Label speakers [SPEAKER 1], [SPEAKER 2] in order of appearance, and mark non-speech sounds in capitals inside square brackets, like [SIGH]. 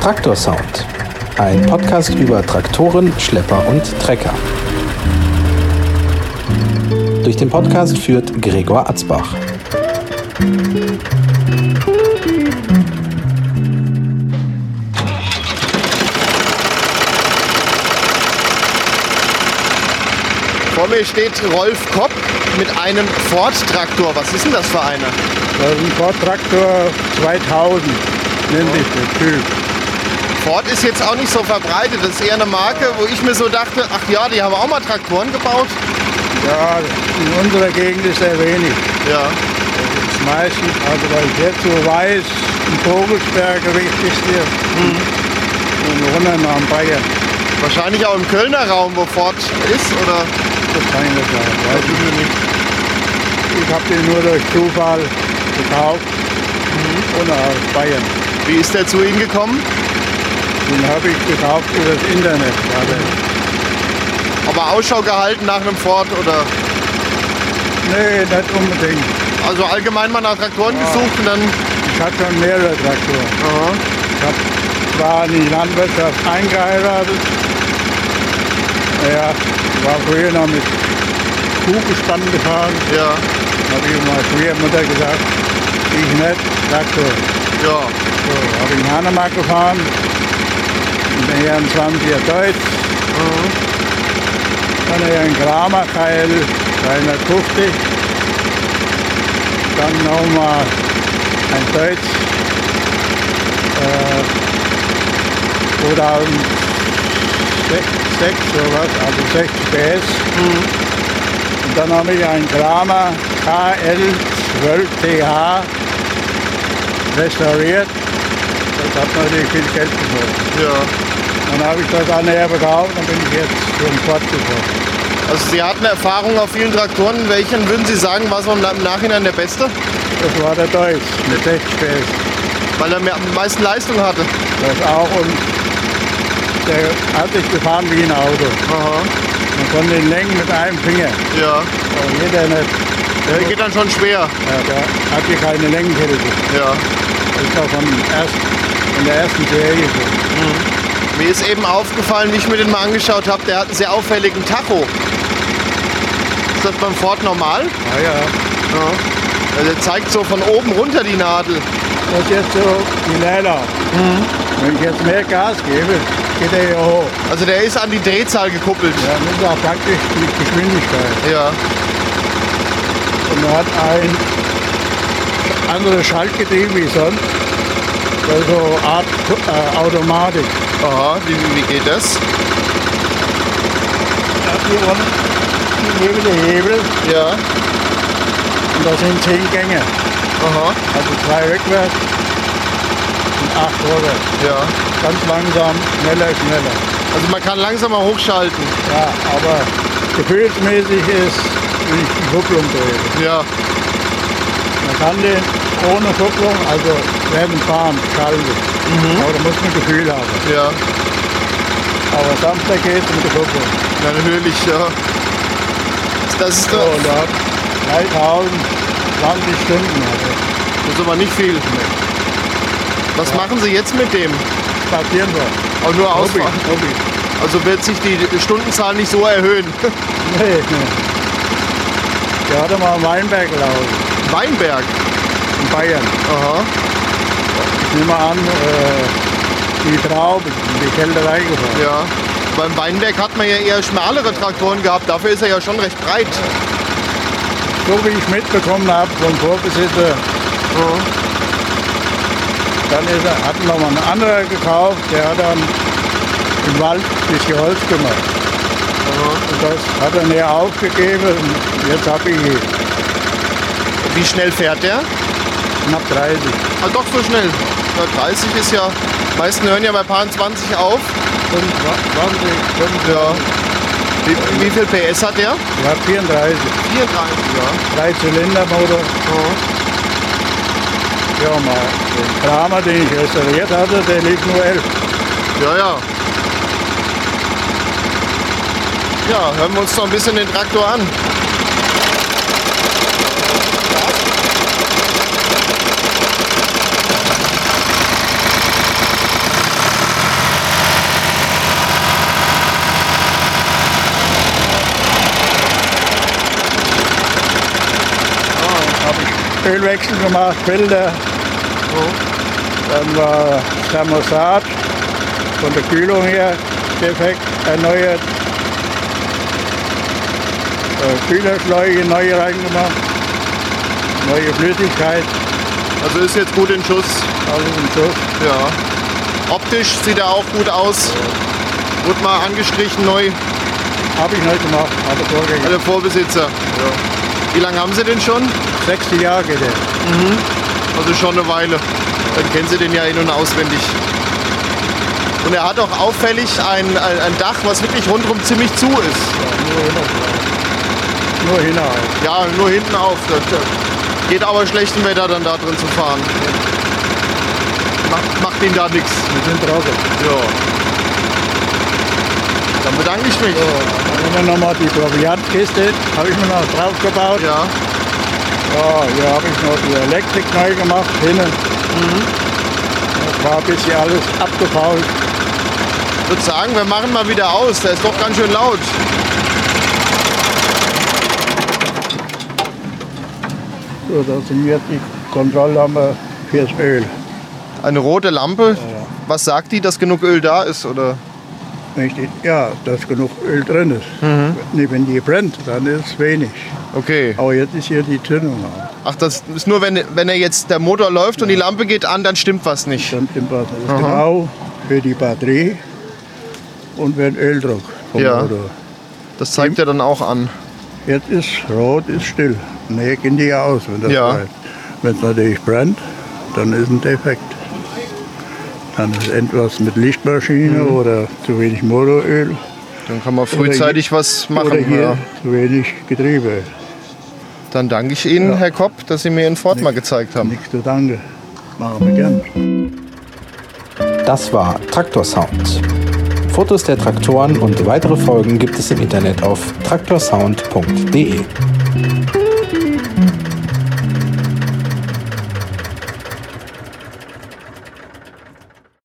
[SPEAKER 1] Traktorsound. Ein Podcast über Traktoren, Schlepper und Trecker. Durch den Podcast führt Gregor Atzbach.
[SPEAKER 2] Vor mir steht Rolf Kopp mit einem Ford-Traktor. Was ist denn das für einer?
[SPEAKER 3] Das ist ein Ford-Traktor 2000, nennt sich der Typ.
[SPEAKER 2] Ford ist jetzt auch nicht so verbreitet. Das ist eher eine Marke, wo ich mir so dachte, ach ja, die haben auch mal Traktoren gebaut.
[SPEAKER 3] Ja, in unserer Gegend ist er wenig.
[SPEAKER 2] Ja.
[SPEAKER 3] Das meiste, also weil ich jetzt so weiß, ein Vogelsberger wichtig ist hier. Und runter nach Bayern,
[SPEAKER 2] Wahrscheinlich auch im Kölner Raum, wo Ford ist, oder?
[SPEAKER 3] das kann ich nicht sagen. Weiß ich
[SPEAKER 2] ich nicht.
[SPEAKER 3] nicht. Ich habe den nur durch Zufall gekauft und aus Bayern.
[SPEAKER 2] Wie ist der zu Ihnen gekommen?
[SPEAKER 3] Den habe ich gekauft über das Internet. Also,
[SPEAKER 2] Aber Ausschau gehalten nach einem Ford oder?
[SPEAKER 3] nee, nicht unbedingt.
[SPEAKER 2] Also allgemein mal nach Traktoren gesucht und dann.
[SPEAKER 3] Ich hatte schon mehrere Traktoren. Ich hab, war in die Landwirtschaft eingeheiratet. Ja, war früher noch mit Kuhgespann gefahren.
[SPEAKER 2] Ja,
[SPEAKER 3] Habe ich meiner Schwiegermutter gesagt, ich nicht, Traktor.
[SPEAKER 2] ja.
[SPEAKER 3] So, habe ich in Hanemark gefahren, in den Jahren 20er Deutsch,
[SPEAKER 2] Mhm,
[SPEAKER 3] dann hier in Kramer, Keil, 350, dann nochmal ein Deutsch, äh, 2006 sowas, also 60 PS. Und dann habe ich einen Kramer KL12TH restauriert. Das hat natürlich viel Geld gekostet.
[SPEAKER 2] ja.
[SPEAKER 3] Dann habe ich das nachher gekauft und bin ich jetzt zum Fort gekommen.
[SPEAKER 2] Also Sie hatten Erfahrung auf vielen Traktoren. Welchen würden Sie sagen, war so im Nachhinein der beste?
[SPEAKER 3] Das war der Deutsch mit 60 PS.
[SPEAKER 2] Weil er mehr- am meisten Leistung hatte.
[SPEAKER 3] Das auch und der hat sich gefahren wie ein Auto.
[SPEAKER 2] Aha.
[SPEAKER 3] Man konnte ihn lenken mit einem Finger.
[SPEAKER 2] Ja.
[SPEAKER 3] Aber jeder nicht.
[SPEAKER 2] Der geht dann schon schwer.
[SPEAKER 3] Ja, der hat hier keine Lenkenhilfe.
[SPEAKER 2] Ja.
[SPEAKER 3] Das ist auch von, ersten, von der ersten Serie so.
[SPEAKER 2] Mir ist eben aufgefallen, wie ich mir den mal angeschaut habe, der hat einen sehr auffälligen Tacho. Ist das beim Ford normal?
[SPEAKER 3] Ah ja.
[SPEAKER 2] Ja. Also der zeigt so von oben runter die Nadel.
[SPEAKER 3] Das ist jetzt so die Leerlauf. Mhm. Wenn ich jetzt mehr Gas gebe, geht er hier hoch.
[SPEAKER 2] Also der ist an die Drehzahl gekuppelt.
[SPEAKER 3] Ja, das ist auch praktisch mit Geschwindigkeit.
[SPEAKER 2] Ja.
[SPEAKER 3] und man hat ein anderes Schaltgetriebe wie sonst. Also Art äh, Automatik.
[SPEAKER 2] Aha, wie, wie geht das?
[SPEAKER 3] Da hat die unten neben den Hebel
[SPEAKER 2] Ja.
[SPEAKER 3] und da sind zehn Gänge.
[SPEAKER 2] Aha.
[SPEAKER 3] Also zwei rückwärts und acht vorwärts.
[SPEAKER 2] Ja.
[SPEAKER 3] Ganz langsam, schneller, schneller.
[SPEAKER 2] Also man kann langsamer hochschalten.
[SPEAKER 3] Ja, aber gefühlsmäßig ist, wie ich die Kupplung drehe.
[SPEAKER 2] Ja.
[SPEAKER 3] Man kann den ohne Kupplung, also während dem Fahren, schalten. Aber da muss man Gefühl haben.
[SPEAKER 2] Ja.
[SPEAKER 3] Aber Samstag geht's mit der Kupplung.
[SPEAKER 2] Natürlich, ja. Das ist
[SPEAKER 3] So,
[SPEAKER 2] doch.
[SPEAKER 3] und da hat 3000, 20 Stunden also
[SPEAKER 2] Das ist aber nicht viel. Was machen Sie jetzt mit dem?
[SPEAKER 3] spazieren wir.
[SPEAKER 2] Auch nur
[SPEAKER 3] Hobby,
[SPEAKER 2] ausfahren.
[SPEAKER 3] Hobby.
[SPEAKER 2] Also wird sich die Stundenzahl nicht so erhöhen.
[SPEAKER 3] Nee, nee. Der hatte mal einen Weinberg gelaufen,
[SPEAKER 2] [LAUGHS] Weinberg.
[SPEAKER 3] in Bayern.
[SPEAKER 2] Aha.
[SPEAKER 3] Ich nehme an, äh, die Trauben, in die Kälterei gefahren.
[SPEAKER 2] Ja. Beim Weinberg hat man ja eher schmalere Traktoren gehabt. Dafür ist er ja schon recht breit.
[SPEAKER 3] So wie ich mitbekommen habe vom Vorbesitzer, dann ist er, hat noch mal einen anderen gekauft, der hat dann im Wald ein bisschen Holz gemacht. Und das hat er näher aufgegeben und jetzt habe ich ihn.
[SPEAKER 2] Wie schnell fährt der?
[SPEAKER 3] knapp 30.
[SPEAKER 2] Ah, doch so schnell. Ja, 30 ist ja. Meisten hören ja bei Paaren 20 auf.
[SPEAKER 3] 25, 25.
[SPEAKER 2] Ja. Wie, wie viel PS hat der?
[SPEAKER 3] Ja, 34.
[SPEAKER 2] 34, ja.
[SPEAKER 3] Drei Zylindermotor. Ja, mal. Den Kramer, den ich restauriert hatte, der lief nur 11.
[SPEAKER 2] Ja, ja. Ja, hören wir uns doch ein bisschen den Traktor an.
[SPEAKER 3] Ölwechsel gemacht, Bilder. Dann war Thermostat von der Kühlung her defekt erneuert. Äh, Kühlerschläuche neu reingemacht, neue Flüssigkeit,
[SPEAKER 2] Also ist jetzt gut in Schuss.
[SPEAKER 3] alles im Schuss.
[SPEAKER 2] Ja. Optisch sieht er auch gut aus. Wurde mal angestrichen neu,
[SPEAKER 3] Habe ich neu gemacht, habe vorgegangen.
[SPEAKER 2] alle Vorbesitzer. Wie lange haben Sie den schon?
[SPEAKER 3] Sechste Jahr geht er.
[SPEAKER 2] Also schon eine Weile. Dann kennen Sie den ja in- und auswendig. Und er hat auch auffällig ein, ein, ein Dach, was wirklich rundherum ziemlich zu ist.
[SPEAKER 3] Nur hinaus.
[SPEAKER 2] Ja, nur hinten auf. Das, das geht aber schlechtem Wetter dann da drin zu fahren. Macht, macht ihn da nichts.
[SPEAKER 3] Wir sind trocken.
[SPEAKER 2] Ja. Dann bedanke ich mich.
[SPEAKER 3] Dann haben wir nochmal die Proviantkiste, habe ich mir noch draufgebaut. Ja.
[SPEAKER 2] Ja.
[SPEAKER 3] hier habe ich noch die Elektrik neu gemacht, hinten.
[SPEAKER 2] Mhm.
[SPEAKER 3] Das war ein bisschen alles abgefault.
[SPEAKER 2] Ich würde sagen, wir machen mal wieder aus. Der ist doch ganz schön laut.
[SPEAKER 3] So, da sind wir die Kontrolllampe fürs Öl.
[SPEAKER 2] Eine rote Lampe. Was sagt die, dass genug Öl da ist? Oder?
[SPEAKER 3] Richtig. Ja, dass genug Öl drin ist.
[SPEAKER 2] Mhm.
[SPEAKER 3] Nee, wenn die brennt, dann ist es wenig.
[SPEAKER 2] Okay.
[SPEAKER 3] Aber jetzt ist hier die Zündung an.
[SPEAKER 2] Ach, das ist nur, wenn, wenn er jetzt der Motor läuft und die Lampe geht an, dann stimmt was nicht.
[SPEAKER 3] Dann stimmt was. Das ist
[SPEAKER 2] Mhm.
[SPEAKER 3] genau für die Batterie und für den Öldruck vom
[SPEAKER 2] Ja.
[SPEAKER 3] Motor.
[SPEAKER 2] Das zeigt er dann auch an.
[SPEAKER 3] Jetzt ist rot, ist still. Nee, gehen die ja aus, wenn das
[SPEAKER 2] Ja.
[SPEAKER 3] brennt. Wenn es natürlich brennt, dann ist ein Defekt. Dann ist etwas mit Lichtmaschine
[SPEAKER 2] Mhm.
[SPEAKER 3] oder zu wenig Motoröl.
[SPEAKER 2] Dann kann man
[SPEAKER 3] Oder
[SPEAKER 2] frühzeitig
[SPEAKER 3] hier-
[SPEAKER 2] was
[SPEAKER 3] Oder
[SPEAKER 2] machen.
[SPEAKER 3] hier
[SPEAKER 2] Ja.
[SPEAKER 3] zu wenig Getriebe.
[SPEAKER 2] Dann danke ich Ihnen, Herr Kopp, dass Sie mir Ihren Ford mal gezeigt haben.
[SPEAKER 3] Nichts zu danken. Machen wir gern.
[SPEAKER 1] Das war Traktorsound. Fotos der Traktoren und weitere Folgen gibt es im Internet auf traktorsound.de.